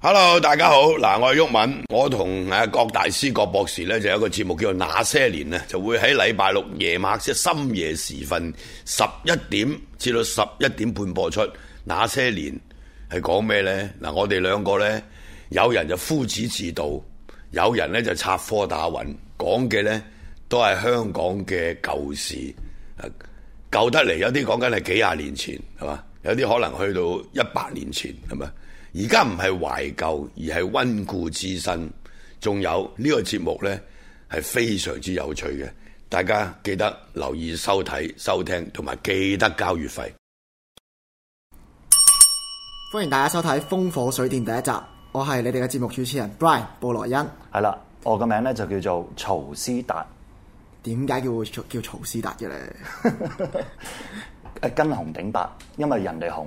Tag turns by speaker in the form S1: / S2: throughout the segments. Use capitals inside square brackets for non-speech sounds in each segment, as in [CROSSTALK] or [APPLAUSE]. S1: Hello，大家好，嗱，我係鬱敏，我同誒郭大師、郭博士咧就有一個節目叫做《那些年》啊，就會喺禮拜六夜晚即係深夜時分十一點至到十一點半播出《那些年》係講咩咧？嗱，我哋兩個咧，有人就夫子自道，有人咧就插科打諢，講嘅咧都係香港嘅舊事。啊舊得嚟，有啲講緊係幾廿年前，係嘛？有啲可能去到一百年前，係咪？而家唔係懷舊，而係温故知新。仲有呢、個節目呢，係非常之有趣嘅，大家記得留意收睇、收聽，同埋記得交月費。
S2: 歡迎大家收睇《烽火水電》第一集，我係你哋嘅節目主持人 Brian 布萊恩。
S3: 係啦，我個名咧就叫做曹思達，
S2: 點解叫曹叫曹斯達嘅咧？
S3: 誒呃跟紅頂白，因為人哋紅，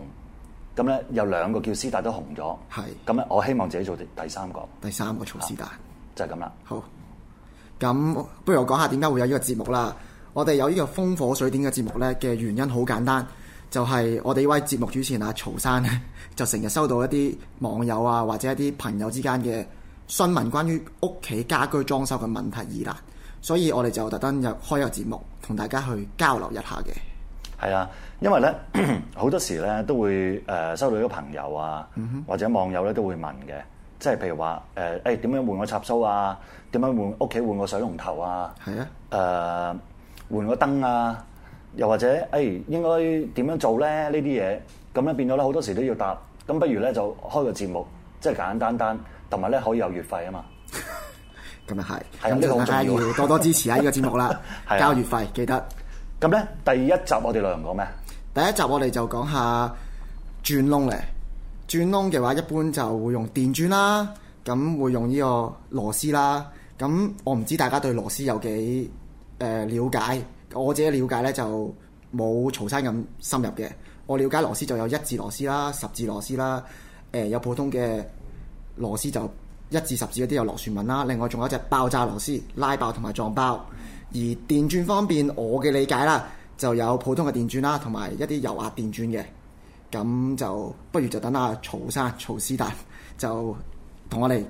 S3: 咁咧有兩個叫斯達都紅咗，
S2: 係
S3: 咁咧我希望自己做第第三個，
S2: 第三個曹斯達。
S3: 就係咁啦。
S2: 好，咁不如我講下點解會有呢個節目啦。我哋有呢個烽火水電嘅節目呢嘅原因好簡單，就係、我哋呢位節目主持人阿曹生呢， [LAUGHS] 就成日收到一啲網友啊或者一啲朋友之間嘅詢問關於屋企家居裝修嘅問題疑難，所以我哋就特登入開一個節目同大家去交流一下嘅。
S3: 係啊，因為咧 [CLEARS THROAT] 好多時咧都會誒、呃收到啲朋友啊，或者網友咧都會問嘅，即係譬如話誒誒點樣換個插蘇啊，點樣換屋企換個水龍頭啊，
S2: 係啊，
S3: 誒、換個燈啊，又或者誒、應該點樣做咧？呢啲嘢咁咧變咗咧好多時都要答，咁不如咧就開個節目，即係簡簡單單，同埋咧可以有月費啊嘛。
S2: 咁又係，
S3: 係啊
S2: 咁
S3: 呢個
S2: 就
S3: 好
S2: 大家
S3: 重要
S2: 要多多支持下呢個節目啦
S3: [LAUGHS] ，係啊
S2: 交月費記得。
S3: 咁咧第一集我哋內容講咩？
S2: 第一集我哋就講下轉窿咧，轉窿嘅話一般就會用電鑽啦，咁會用呢個螺絲啦。咁我唔知大家對螺絲有幾誒、呃、了解，我自己了解呢就冇曹生咁深入嘅。我了解螺絲就有一字螺絲啦、十字螺絲啦，誒、有普通嘅螺絲就一至十字嗰啲有螺旋紋啦，另外仲有一隻爆炸螺絲拉爆同埋撞爆。而電鑽方面，我嘅理解啦，就有普通嘅電鑽啦，同埋一啲油壓電鑽嘅。咁就不如就等阿曹生、曹斯達就同我哋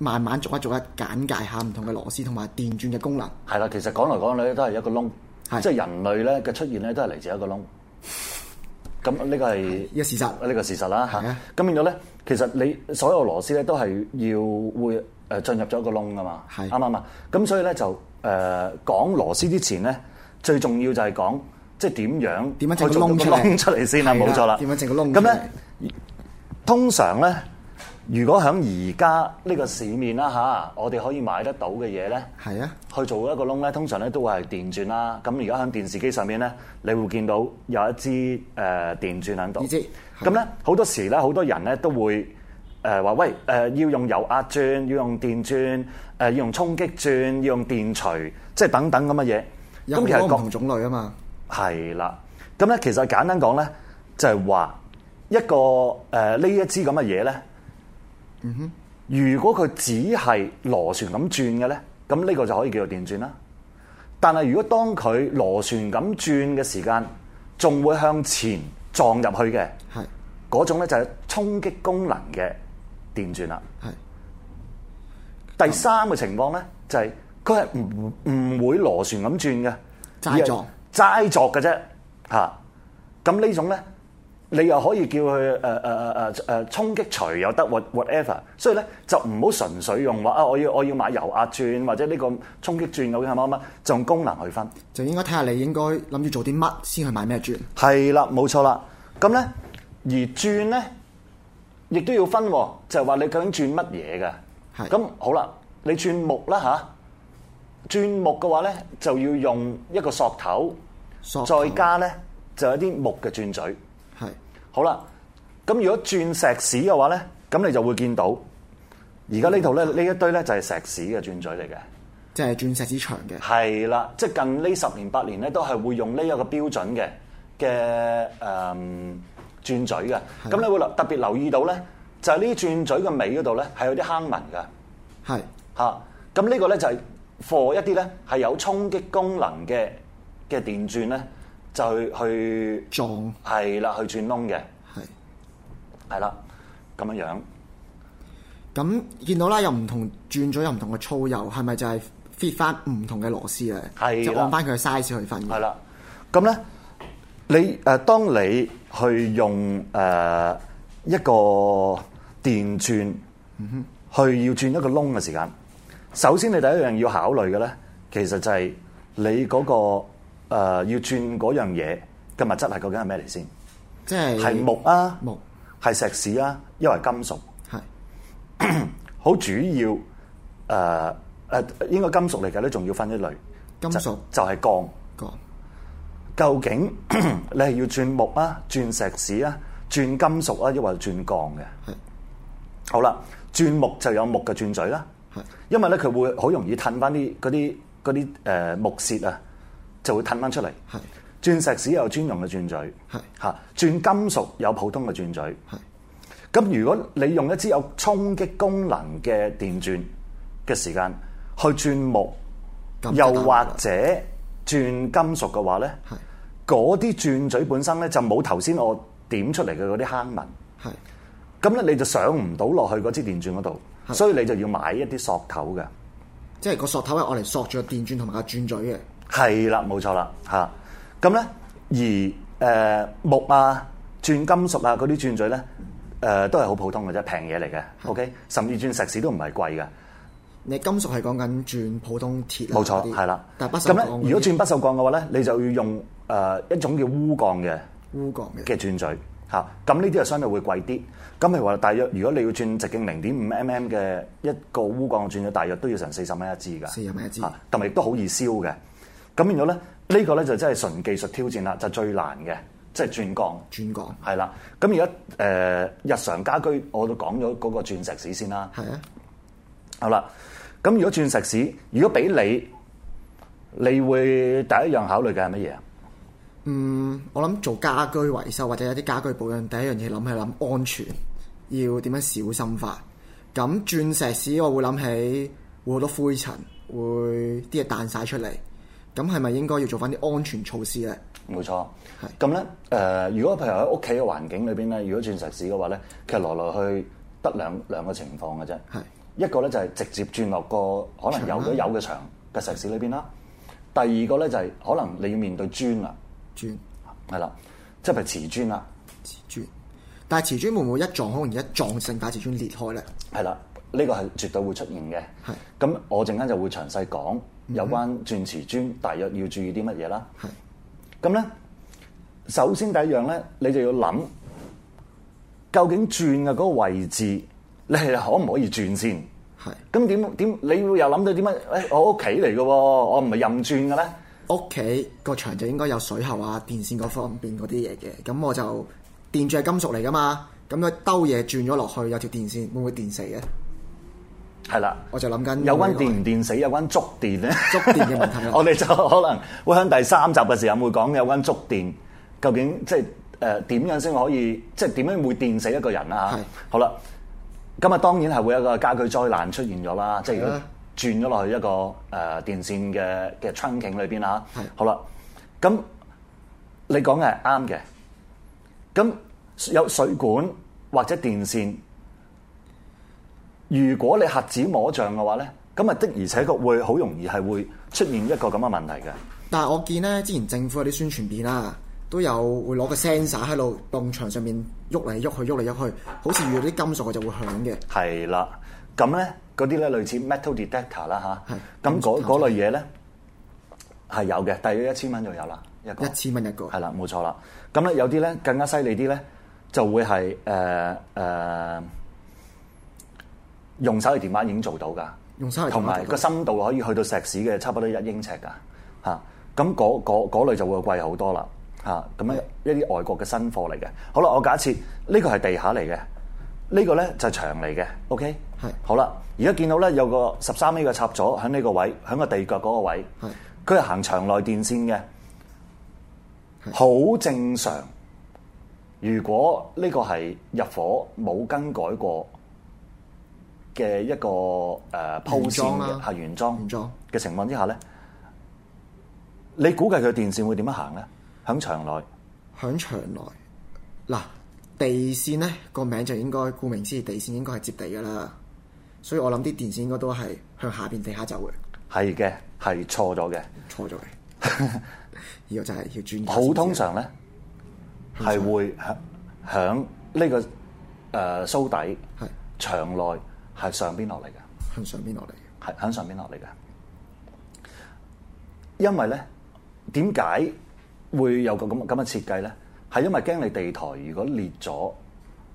S2: 慢慢逐一逐一簡介下唔同嘅螺絲同埋電鑽嘅功能。
S3: 係啦，其實講嚟講去咧都係一個窿，
S2: 係
S3: 即係人類咧嘅出現咧都係嚟自一個窿。咁呢個係
S2: 呢個事實
S3: 呢個事實啦嚇
S2: 係啊。
S3: 咁變咗咧，其實你所有螺絲咧都係要會誒進入咗一個窿噶嘛，
S2: 係
S3: 啱唔啱啊？咁所以咧就誒、講螺絲之前咧，最重要就係講即係點樣
S2: 點樣整個
S3: 去做
S2: 窿
S3: 到
S2: 出
S3: 個
S2: 嚟
S3: 窿出嚟先啦，啊
S2: 係啦
S3: 冇錯啦。
S2: 點樣整個窿
S3: 咁
S2: 出嚟
S3: 咧？通常咧，如果喺而家呢個市面啦嚇，我哋可以買得到嘅嘢咧，
S2: 係啊，
S3: 去做一個窿咧，通常咧都會係電鑽啦。咁而家喺電視機上面咧，你會見到有一支誒、呃、電鑽喺度。
S2: 呢支
S3: 咁咧好多時咧，好多人咧都會誒話、喂誒、呃要用油壓鑽，要用電鑽，誒、呃要用衝擊鑽，要用電錘，即係等等咁嘅嘢。
S2: 有好
S3: 其
S2: 多
S3: 實
S2: 唔
S3: 各
S2: 同種類啊嘛。
S3: 係啦，咁咧其實簡單講咧，就係話一個誒呢、一支咁嘅嘢咧，如果佢只係螺旋咁轉嘅咧，咁呢個就可以叫做電轉啦。但係如果當佢螺旋咁轉嘅時間，仲會向前撞入去嘅
S2: 係
S3: 嗰種咧，就係衝擊功能嘅電轉啦。
S2: 係
S3: 第三個情況咧，就係佢係唔唔會螺旋咁轉嘅，
S2: 齋作
S3: 而係齋作嘅啫嚇。咁呢種咧，你又可以叫佢誒誒誒誒誒衝擊錘又得，what whatever。所以咧就唔好純粹用話啊，我要我要買油壓鑽或者呢個衝擊鑽究竟係乜乜，就用功能去分。
S2: 就應該睇下你應該諗住做啲乜先去買咩鑽。
S3: 係啦，冇錯啦。咁咧，而轉咧，亦都要分喎，就係、話你究竟轉乜
S2: 係
S3: 嘢嘅。咁好啦，你轉木啦吓，轉木嘅話咧，就要用一個索頭，
S2: 索頭
S3: 再加咧就有一啲木嘅轉嘴。
S2: 係
S3: 好啦，咁如果轉石屎嘅話咧，咁你就會見到而家呢度咧呢一堆咧就係石屎嘅轉嘴嚟嘅。
S2: 即係鑽石子長嘅。
S3: 係啦，即係近呢十年八年咧，都係會用呢一個標準嘅嘅誒轉嘴嘅。咁你會留特別留意到咧，就係呢啲轉嘴嘅尾嗰度咧係有啲坑紋嘅
S2: 係
S3: 嚇。咁呢個咧就係 for 一啲咧係有衝擊功能嘅嘅電鑽咧，就去去
S2: 撞
S3: 係啦去轉窿嘅，
S2: 係。
S3: 係啦咁樣樣。
S2: 咁見到啦，有唔同轉咗有唔同嘅粗油，係咪就係 fit 翻唔同嘅螺絲咧？
S3: 係啦
S2: 就按翻佢嘅 size 去分嘅。
S3: 係啦，咁咧，你誒、呃、當你去用誒、呃一個電鑽去要轉一個窿嘅時間，首先你第一樣要考慮嘅咧，其實就係你嗰、個、呃、要轉嗰樣嘢嘅物質係究竟係咩嚟先？
S2: 即係
S3: 係木啊，
S2: 木
S3: 係石屎啊，因為金屬。
S2: 係
S3: 好主要誒誒、呃呃應該金屬嚟嘅咧，仲要分一類，
S2: 金
S3: 就
S2: 屬
S3: 就係、鋼。
S2: 個
S3: 究竟 [CLEARS THROAT] 你係要轉木啊、轉石屎啊、轉金屬啊，抑或轉鋼嘅？
S2: 係
S3: 好啦，轉木就有木嘅轉嘴啦，
S2: 係
S3: 因為咧佢會好容易褪翻啲嗰啲嗰啲誒木屑啊，就會褪翻出嚟。
S2: 係
S3: 轉石屎有專用嘅轉嘴，
S2: 係
S3: 嚇轉金屬有普通嘅轉嘴。
S2: 係
S3: 咁如果你用一支有衝擊功能嘅電鑽嘅時間去轉木，
S2: 咁就
S3: 又
S2: 得
S3: 或
S2: 啦
S3: 者轉金屬嘅話咧，
S2: 係
S3: 嗰啲轉嘴本身咧就冇頭先我點出嚟嘅嗰啲坑紋，
S2: 係
S3: 咁咧你就上唔到落去嗰支電鑽嗰度，
S2: 係
S3: 所以你就要買一啲索頭嘅。
S2: 即係個索頭係我嚟索住個電鑽同埋個轉嘴嘅。
S3: 係啦，冇錯啦，嚇。咁咧，而誒、呃木啊、轉金屬啊嗰啲轉嘴咧，誒、都係好普通嘅啫，平嘢嚟嘅。OK，甚至轉石屎都唔係貴嘅，
S2: 你金屬係講緊轉普通鐵啊嗰
S3: 冇錯，
S2: 啲
S3: 係啦。
S2: 但係不
S3: 咁
S2: 鏽
S3: 咧，
S2: 鋼
S3: 如果轉不鏽鋼嘅話咧，你就要用誒、呃一種叫烏鋼嘅
S2: 烏鋼嘅，
S3: 嘅轉嘴嚇。咁呢啲就相對會貴啲。咁譬如話，大約如果你要轉直徑零點五 mm 嘅一個烏鋼轉咗，大約都要成四十蚊一支㗎。
S2: 四十蚊一支
S3: 嚇同埋亦都好易燒嘅。咁變咗咧，呢、呢個咧就真係純技術挑戰啦，就最難嘅，即係轉鋼。
S2: 轉鋼
S3: 係啦，咁而家誒日常家居我都講咗嗰個鑽石屎先啦。
S2: 係啊，
S3: 好啦，咁如果鑽石屎，如果俾你，你會第一樣考慮嘅係乜嘢啊？
S2: 嗯，我諗做家居維修或者有啲家居保養，第一樣嘢諗係諗安全，要點樣小心法。咁鑽石屎我會諗起會好多灰塵，會啲嘢彈晒出嚟。咁係咪應該要做翻啲安全措施咧？
S3: 冇錯
S2: 係，
S3: 咁咧誒，如果譬如喺屋企嘅環境裏邊咧，如果轉石屎嘅話咧，其實來來去得兩兩個情況嘅啫。
S2: 係
S3: 一個咧就係直接轉落個可能有咗有嘅牆嘅石屎裏邊啦。第二個咧就係可能你要面對磚啦，
S2: 鑽
S3: 係啦，即係譬如瓷磚啦，
S2: 瓷磚，但係瓷磚會唔會一撞好容易一撞成塊瓷磚裂開咧？
S3: 係啦，呢個係絕對會出現嘅
S2: 係。嗯
S3: 咁我陣間就會詳細講有關轉瓷磚大約要注意啲乜嘢啦。
S2: 係
S3: 咁咧，首先第一樣咧，你就要諗究竟轉嘅嗰個位置，你係可唔可以轉先？
S2: 係
S3: 咁點點？你會又諗到點乜？誒、我屋企嚟嘅喎，我唔係任轉嘅咧。
S2: 屋企個牆就應該有水喉啊、電線嗰方面嗰啲嘢嘅。咁我就電住係金屬嚟噶嘛，咁佢兜嘢轉咗落去有條電線，會唔會電死嘅？
S3: 係啦，
S2: 我就諗緊
S3: 有關
S2: 呢個
S3: 電唔電死，有關觸電咧，
S2: 觸電嘅問題啊啦
S3: [LAUGHS] 我哋就可能會喺第三集嘅時候會講有關觸電，究竟即係誒點樣先可以，即係點樣會電死一個人啦
S2: 係
S3: 嚇。好啦，咁啊當然係會有一個家居災難出現咗啦，即係如
S2: 係
S3: 果
S2: 啊
S3: 轉咗落去一個誒、呃、電線嘅嘅窗景裏邊啦
S2: 係
S3: 嚇。好啦，咁你講嘅係啱嘅，咁有水管或者電線。如果你瞎子摸象嘅話咧，咁啊的而且確會好容易係會出現一個咁嘅問題嘅。
S2: 但係我見咧，之前政府有啲宣傳片啦，都有會攞個 sensor 喺度埲牆上面喐嚟喐去，喐嚟喐去，好似遇到啲金屬佢就會響嘅。
S3: 係啦，咁咧嗰啲咧類似 metal detector 啦
S2: 係
S3: 吓，咁嗰嗰類嘢咧係有嘅，大約一千蚊就有啦一個。
S2: 一千蚊一個，
S3: 係啦，冇錯啦。咁咧有啲咧更加犀利啲咧，就會係呃誒誒用手提電話已經做到噶，
S2: 用手提電話
S3: 同埋
S2: 做到
S3: 個深度可以去到石屎嘅差不多一英尺噶嚇。咁嗰嗰嗰類就會貴好多啦嚇。咁樣一啲外國嘅新貨嚟嘅。好啦，我假設呢個係地下嚟嘅，呢個咧就係牆嚟嘅。OK，
S2: 係
S3: 好啦。而家見到咧有個十三 A 嘅插座喺呢個位，喺個地腳嗰個位
S2: 係，
S3: 佢係行牆內電線嘅。好正常。如果呢個係入伙冇更改過嘅一個誒鋪
S2: 原裝
S3: 線
S2: 啦
S3: 嘅係原裝
S2: 原裝
S3: 嘅情況之下咧，你估計佢電線會點樣行咧？響場內
S2: 響牆內嗱地線咧個名就應該顧名思義，地線應該係接地噶啦。所以我諗啲電線應該都係向下邊地下走嘅，
S3: 係嘅，係錯咗嘅。
S2: 錯咗嘅。
S3: [LAUGHS]
S2: 呢個就係要轉頭先知
S3: 好通常咧係會響響呢個誒、呃、蘇底
S2: 係
S3: 牆內係上邊落嚟嘅，
S2: 向上邊落嚟嘅，
S3: 係響上邊落嚟嘅。因為咧點解會有個咁咁嘅設計咧？係因為驚你地台如果裂咗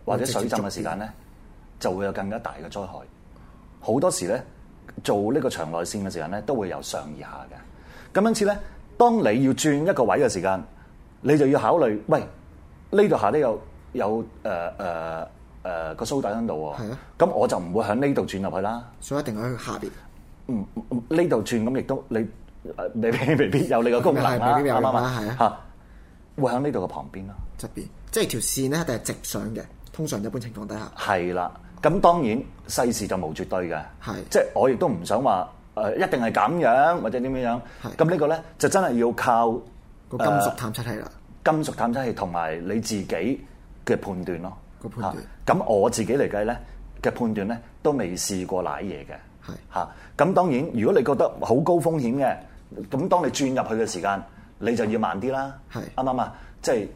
S3: 或者水浸嘅時間咧，就會有更加大嘅災害。好多時咧做呢個長內線嘅時間咧，都會由上而下嘅。咁因此咧，當你要轉一個位嘅時間，你就要考慮，喂，呢度下低有有誒誒誒個蘇打喺度
S2: 係
S3: 喎
S2: 啊，
S3: 咁我就唔會喺呢度轉入去啦。
S2: 所以一定係向下邊。
S3: 唔唔嗯呢度轉咁亦都你呃你 [LAUGHS] 未未必有你個功能啦，
S2: 未必有
S3: 啱唔啱
S2: 啦係啊
S3: 嚇，會喺呢度嘅旁邊啦。
S2: 側邊，即係條線咧一定係直上嘅。通常一般情況底下，
S3: 係啦，咁當然世事就無絕對嘅，
S2: 係
S3: 即係我亦都唔想話誒、呃一定係咁樣或者點樣樣
S2: 係，
S3: 咁呢個咧就真係要靠
S2: 個金屬探測器啦，
S3: 金屬探測器同埋你自己嘅判斷咯。
S2: 個判斷
S3: 嚇咁、我自己嚟計咧嘅判斷咧，都未試過舐嘢嘅。
S2: 係
S3: 嚇，咁當然如果你覺得好高風險嘅，咁當你轉入去嘅時間，你就要慢啲啦。
S2: 係
S3: 啱唔啱啊？即係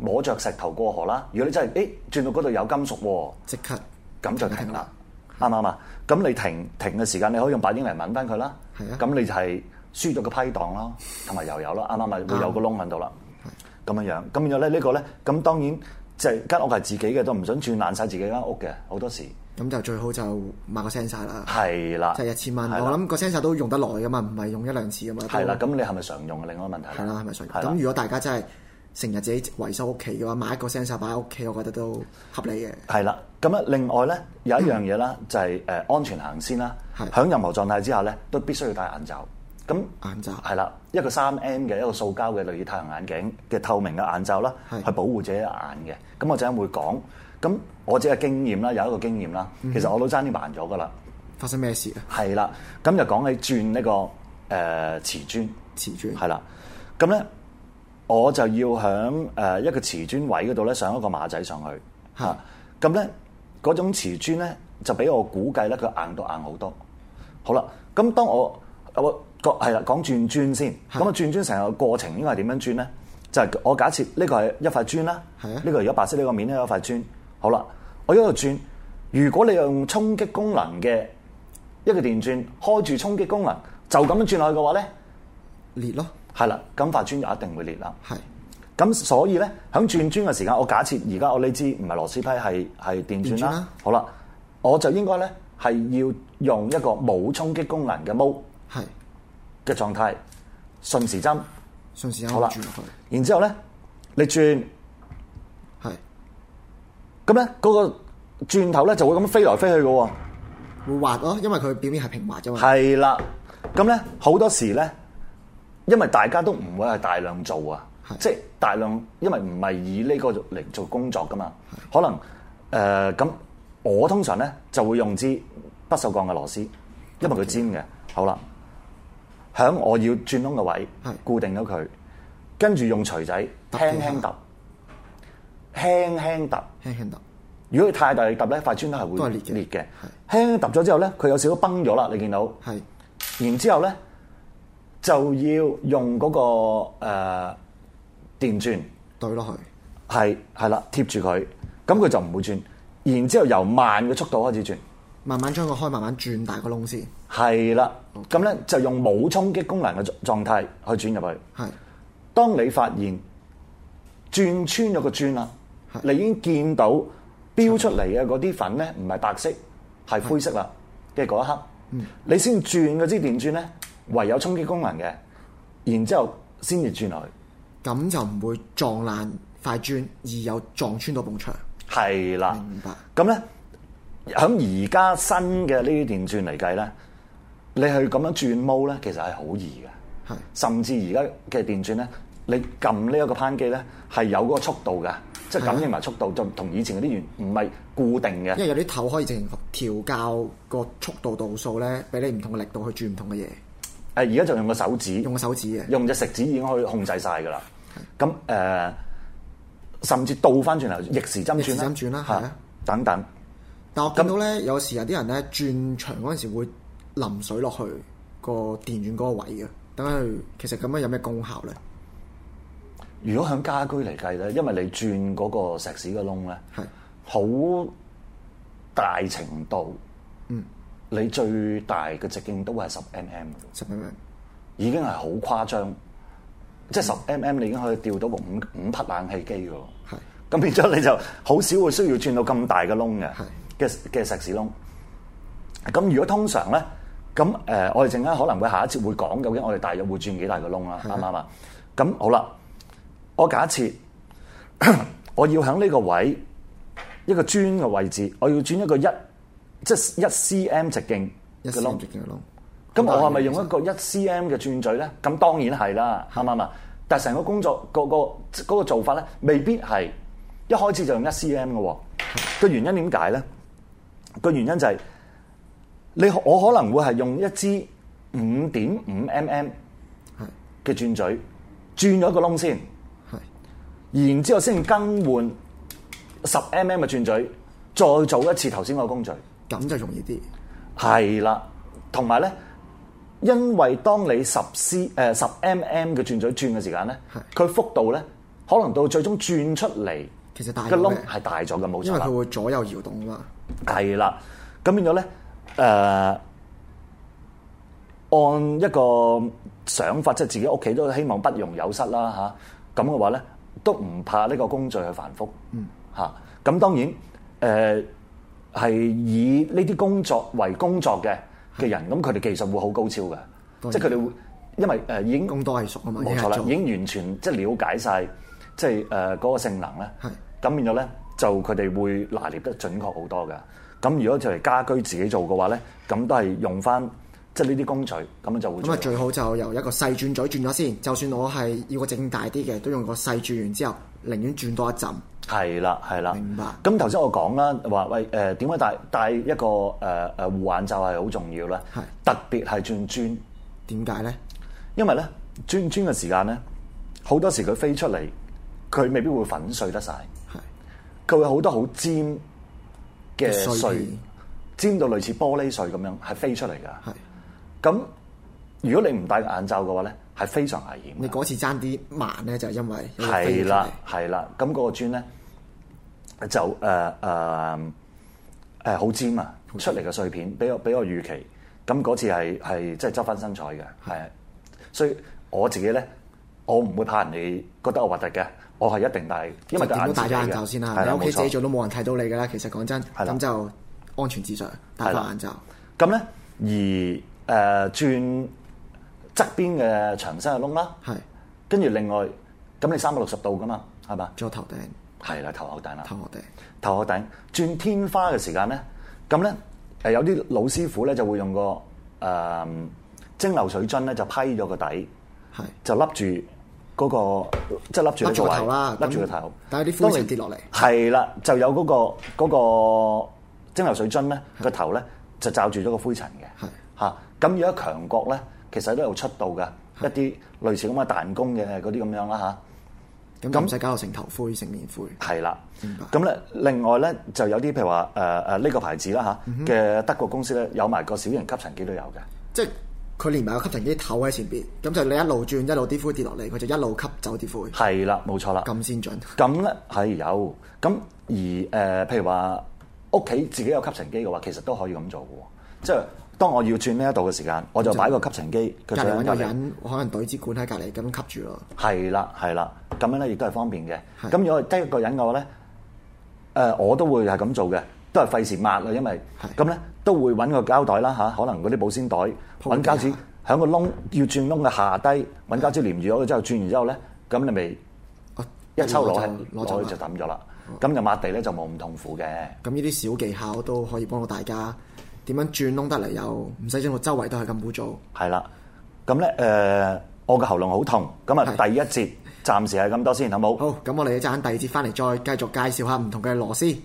S3: 摸着石頭過河啦。如果你真係誒轉到嗰度有金屬喎，
S2: 即刻
S3: 咁就停啦。啱唔啱啊？咁你停停嘅時間，你可以用白英嚟揾翻佢啦。
S2: 係啊
S3: 咁你就係輸咗個批檔咯，同埋又有啦。啱唔啱啊？會有個窿喺度啦。咁樣樣，咁然後咧呢個咧，咁當然即係間屋係自己嘅，都唔想轉爛晒自己間屋嘅，好多時
S2: 咁就最好就買個 sensor 啦，
S3: 係啦。
S2: 即係一千蚊。
S3: 啊係
S2: 我
S3: 啦
S2: 諗個 sensor 都用得耐噶嘛，唔係用一兩次噶嘛。
S3: 係啦，
S2: 都
S3: 咁你係咪常用嘅啊另外一個問題？
S2: 係啦，係咪所以？
S3: 係啦
S2: 咁如果大家真係成日自己維修屋企嘅話，買一個 sensor 擺喺屋企，我覺得都合理嘅。
S3: 係啦，咁啊，另外咧有一樣嘢啦，就係誒安全行先啦。
S2: 嗯係
S3: 喺任何狀態之下咧，都必須要戴眼罩。咁
S2: 眼罩
S3: 係啦，一個三 M 嘅一個塑膠嘅類似太陽眼鏡嘅透明嘅眼罩啦，
S2: 係
S3: 去保護自己嘅眼嘅。咁我陣間會講。咁我自己嘅經驗啦，有一個經驗啦，
S2: 嗯
S3: 其實我都爭啲盲咗噶啦。
S2: 發生咩事啊？
S3: 係啦，咁就講起轉呢、個誒、呃瓷磚，
S2: 瓷磚
S3: 係啦，咁咧我就要響誒、呃一個瓷磚位嗰度咧上一個馬仔上去
S2: 係
S3: 嚇，咁咧嗰種瓷磚咧就俾我估計咧佢硬到硬好多，好啦，咁當我我講係啦講轉磚先，咁啊轉磚成個過程應該係點樣轉咧？就係、我假設呢個係一塊磚啦，
S2: 係啊
S3: 呢個而家白色呢個面咧有一塊磚，好啦，我一度轉，如果你用衝擊功能嘅一個電鑽開住衝擊功能，就咁樣轉落去嘅話咧，
S2: 裂咯，
S3: 係啦，咁塊磚就一定會裂啦。
S2: 係
S3: 咁所以咧，喺轉磚嘅時間，我假設而家我呢支唔係螺絲批，係係電
S2: 電
S3: 鑽
S2: 鑽
S3: 啦
S2: 啦。
S3: 好啦，我就應該咧係要用一個冇衝擊功能嘅毛
S2: 係
S3: 嘅狀態，順時針。
S2: 順時間
S3: 好啦
S2: 轉落去，，
S3: 然之後咧，你轉
S2: 係
S3: 咁咧嗰個轉頭咧就會咁飛來飛去嘅喎。
S2: 會滑咯，因為佢表面係平滑啫嘛。
S3: 係啦，咁咧好多時咧，因為大家都唔會係大量做啊
S2: 係，
S3: 即係大量，因為唔係以呢個嚟做工作噶嘛，可能誒咁、我通常咧就會用支不鏽鋼嘅螺絲，因為佢尖嘅，好啦，響我要轉窿嘅位
S2: 係
S3: 固定咗佢，跟住用錘仔
S2: 揼
S3: 輕
S2: 幾下
S3: 輕揼，輕輕揼。
S2: 輕輕揼，
S3: 如果你太大力揼咧，塊磚都
S2: 都
S3: 係
S2: 係
S3: 會
S2: 裂嘅
S3: 裂嘅。
S2: 係
S3: 輕輕揼咗之後咧，佢有少少崩咗啦，你見到。
S2: 係
S3: 然之後咧就要用嗰、個誒、呃、電鑽，
S2: 對落去，
S3: 係係啦，貼住佢，咁佢就唔會轉。然之後由慢嘅速度開始轉，
S2: 慢慢將個開慢慢轉大個窿先，
S3: 係啦，咁咧就用冇衝擊功能嘅狀狀態去轉入去。
S2: 係
S3: 當你發現轉穿咗個磚啦，你已經見到標出嚟嘅嗰啲粉咧，唔係白色，係灰色啦嘅嗰一刻，
S2: 嗯
S3: 你先轉嗰支電鑽咧，唯有衝擊功能嘅，然之後先至轉落去，
S2: 咁就唔會撞爛塊磚，而有撞穿到埲牆。
S3: 係啦。
S2: 明白
S3: 咁咧，喺而家新嘅呢啲電鑽嚟計咧，你去咁樣轉毛咧，其實係好易嘅。
S2: 係
S3: 甚至而家嘅電鑽咧，你撳呢一個扳機咧，係有嗰個速度嘅，即係感應埋速度，就同以前嗰啲原唔係固定
S2: 因
S3: 嘅。
S2: 為有啲頭可以直情調校個速度度數咧，俾你唔同嘅力度去轉唔同嘅嘢，
S3: 誒而家就用個手指，
S2: 用個手指嘅。
S3: 用隻食指已經可以控制晒㗎啦。咁誒、呃甚至倒翻轉頭逆時針
S2: 逆時
S3: 轉啦，
S2: 針轉啦
S3: 嚇
S2: 係啊
S3: 等等。
S2: 但我見到咧，有時有啲人咧轉場嗰陣時會淋水落去個電源嗰個位嘅，等佢其實咁樣有咩功效咧？
S3: 如果響家居嚟計咧，因為你轉嗰個石屎嘅窿咧，
S2: 係
S3: 好大程度，嗯，你最大嘅直徑都係十 mm，
S2: 十蚊蚊，
S3: 已經係好誇張。
S2: 嗯
S3: 即係十 mm，你已經可以吊到部五五匹冷氣機㗎喎。
S2: 係
S3: 咁變咗你就好少會需要轉到咁大嘅窿嘅
S2: 係
S3: 嘅嘅石屎窿。咁如果通常咧，咁誒、呃我哋陣間可能會下一節會講究竟我哋大約會轉幾大個窿啦，啱唔啱啊？咁好啦，我假設 [CLEARS THROAT] 我要喺呢個位一個磚嘅位置，我要轉一個一即係一 cm 直徑
S2: 一
S3: 嘅
S2: 絲
S3: 窿
S2: 唔。見嘅窿。
S3: 咁我係咪用一個一 cm 嘅轉嘴咧？咁當然係啦，啱唔啱啊？但係成個工作個個嗰個做法咧，未必係一開始就用一 cm 嘅喎。個原因點解咧？個原因就係、你可我可能會係用一支五點五 mm
S2: 係
S3: 嘅轉嘴轉咗個窿先，
S2: 係
S3: 然之後先更換十 mm 嘅轉嘴，再做一次頭先個工序。
S2: 咁就容易啲。
S3: 係啦，同埋咧，因為當你十 C 誒十 mm 嘅轉嘴轉嘅時間咧，佢幅度咧可能到最終轉出嚟
S2: 其實大咗
S3: 嘅窿
S2: 嘅
S3: 係大咗嘅，冇
S2: 因
S3: 錯
S2: 為
S3: 啦
S2: 佢會左右搖動啊嘛。
S3: 係啦，咁變咗咧誒，按一個想法，即係自己屋企都希望不容有失啦吓，咁嘅話咧，都唔怕呢個工序去繁複。嗯，嚇咁當然誒係、以呢啲工作為工作嘅嘅人，咁佢哋技術會好高超嘅，
S2: 當然
S3: 即係佢哋會因為誒、呃已經
S2: 工多藝熟啊嘛
S3: 冇錯啦，
S2: 一日做
S3: 已經完全即係了解晒即係誒嗰個性能咧
S2: 係。
S3: 咁變咗咧，就佢哋會拿捏得準確好多嘅。咁如果就嚟家居自己做嘅話咧，咁都係用翻即係呢啲工序，咁就
S2: 咁
S3: 會做
S2: 啊，。最好就由一個細轉嘴轉咗先。就算我係要個正大啲嘅，都用個細轉完之後，寧願轉多一陣。
S3: 係啦，係啦。
S2: 明白
S3: 咁頭先我講啦，話喂誒點解戴戴一個誒誒護眼罩係好重要咧？
S2: 係
S3: 特別係轉磚，
S2: 點解呢？
S3: 因為咧轉磚嘅時間咧，好多時佢飛出嚟，佢未必會粉碎得晒。
S2: 係
S3: 佢會好多好尖嘅
S2: 嘅碎
S3: 碎
S2: 片，
S3: 尖到類似玻璃碎咁樣，係飛出嚟
S2: 係
S3: 㗎。咁如果你唔戴個眼罩嘅話咧，係非常危險
S2: 你
S3: 㗎。
S2: 嗰次爭啲慢呢，就係因為有個飛
S3: 係
S2: 出
S3: 啦
S2: 嚟，
S3: 係啦，咁嗰個磚咧就誒誒誒好尖啊，出嚟嘅碎片比我比我預期。咁嗰次係係即係執翻身彩嘅，係。所以我自己咧，我唔會怕人哋覺得我核突嘅，我係一定戴，因為
S2: 即係點都戴
S3: 戴
S2: 咗眼罩先啦。你屋企自己做都冇人睇到你㗎啦。其實講真，
S3: 係啦
S2: 咁就安全至上，戴
S3: 係啦
S2: 翻眼罩。
S3: 咁咧，而誒、呃、轉側邊嘅長身嘅窿啦，
S2: 係
S3: 跟住另外咁你三百六十度噶嘛，係嘛？
S2: 仲有頭頂、
S3: 係啦，頭殼頂啦，
S2: 頭殼頂，
S3: 頭殼頂轉天花嘅時間咧，咁咧誒有啲老師傅咧就會用個誒、呃蒸餾水樽咧就批咗個底，
S2: 係
S3: 就笠住嗰個即係笠住呢
S2: 笠住個
S3: 位
S2: 頭啦
S3: 笠住個
S2: 咁
S3: 頭，
S2: 等啲灰
S3: 當你
S2: 塵跌落嚟
S3: 係啦，就有嗰、個嗰、個蒸餾水樽咧個頭咧就罩住咗個灰塵嘅。
S2: 係
S3: 嚇，咁而家強國咧，其實都有出到噶一啲類似咁嘅彈弓嘅嗰啲咁樣啦
S2: 咁就唔使搞到成頭灰、成面灰。
S3: 吓，係啦
S2: 明白。
S3: 咁咧，另外咧就有啲譬如話誒誒呢個牌子啦
S2: 嗯
S3: 吓嘅德國公司咧，有埋個小型吸塵機都有嘅。
S2: 即係佢連埋個吸塵機頭喺前邊，咁就你一路轉一路啲灰跌落嚟，佢就一路吸走啲灰，
S3: 係啦，冇錯啦。
S2: 咁先進。
S3: 咁咧係有，咁而誒、呃譬如話屋企自己有吸塵機嘅話，其實都可以咁做嘅喎。即係當我要轉呢一度嘅時間，我就擺個吸塵機佢
S2: 隔
S3: 就
S2: 離
S3: 喺
S2: 揾個
S3: 隔離。
S2: 人，可能懟支管喺隔離咁吸住咯。
S3: 係啦，係啦，咁樣咧亦都係方便嘅。
S2: 係
S3: 咁如果係得一個人嘅話咧，誒、我都會係咁做嘅，都係費事抹啦，因為
S2: 係
S3: 咁咧都會揾個膠袋啦嚇，可能嗰啲保鮮袋
S2: 鋪
S3: 揾膠
S2: 地
S3: 紙
S2: 下
S3: 喺個窿要轉窿嘅下低揾膠紙黏住咗佢之後，轉完之後咧，咁你咪
S2: 哦
S3: 一抽攞係
S2: 攞
S3: 攞
S2: 走
S3: 去就
S2: 啦
S3: 抌咗啦。咁就抹地咧就冇咁痛苦嘅。
S2: 咁呢啲小技巧都可以幫到大家點樣轉窿得嚟，又唔使整到周圍都係咁污糟。
S3: 係啦，咁咧誒，我嘅喉嚨好痛，咁啊
S2: 係
S3: 第一節暫時係咁多先，好冇？
S2: 好，咁我哋一陣第二節翻嚟再繼續介紹下唔同嘅螺絲。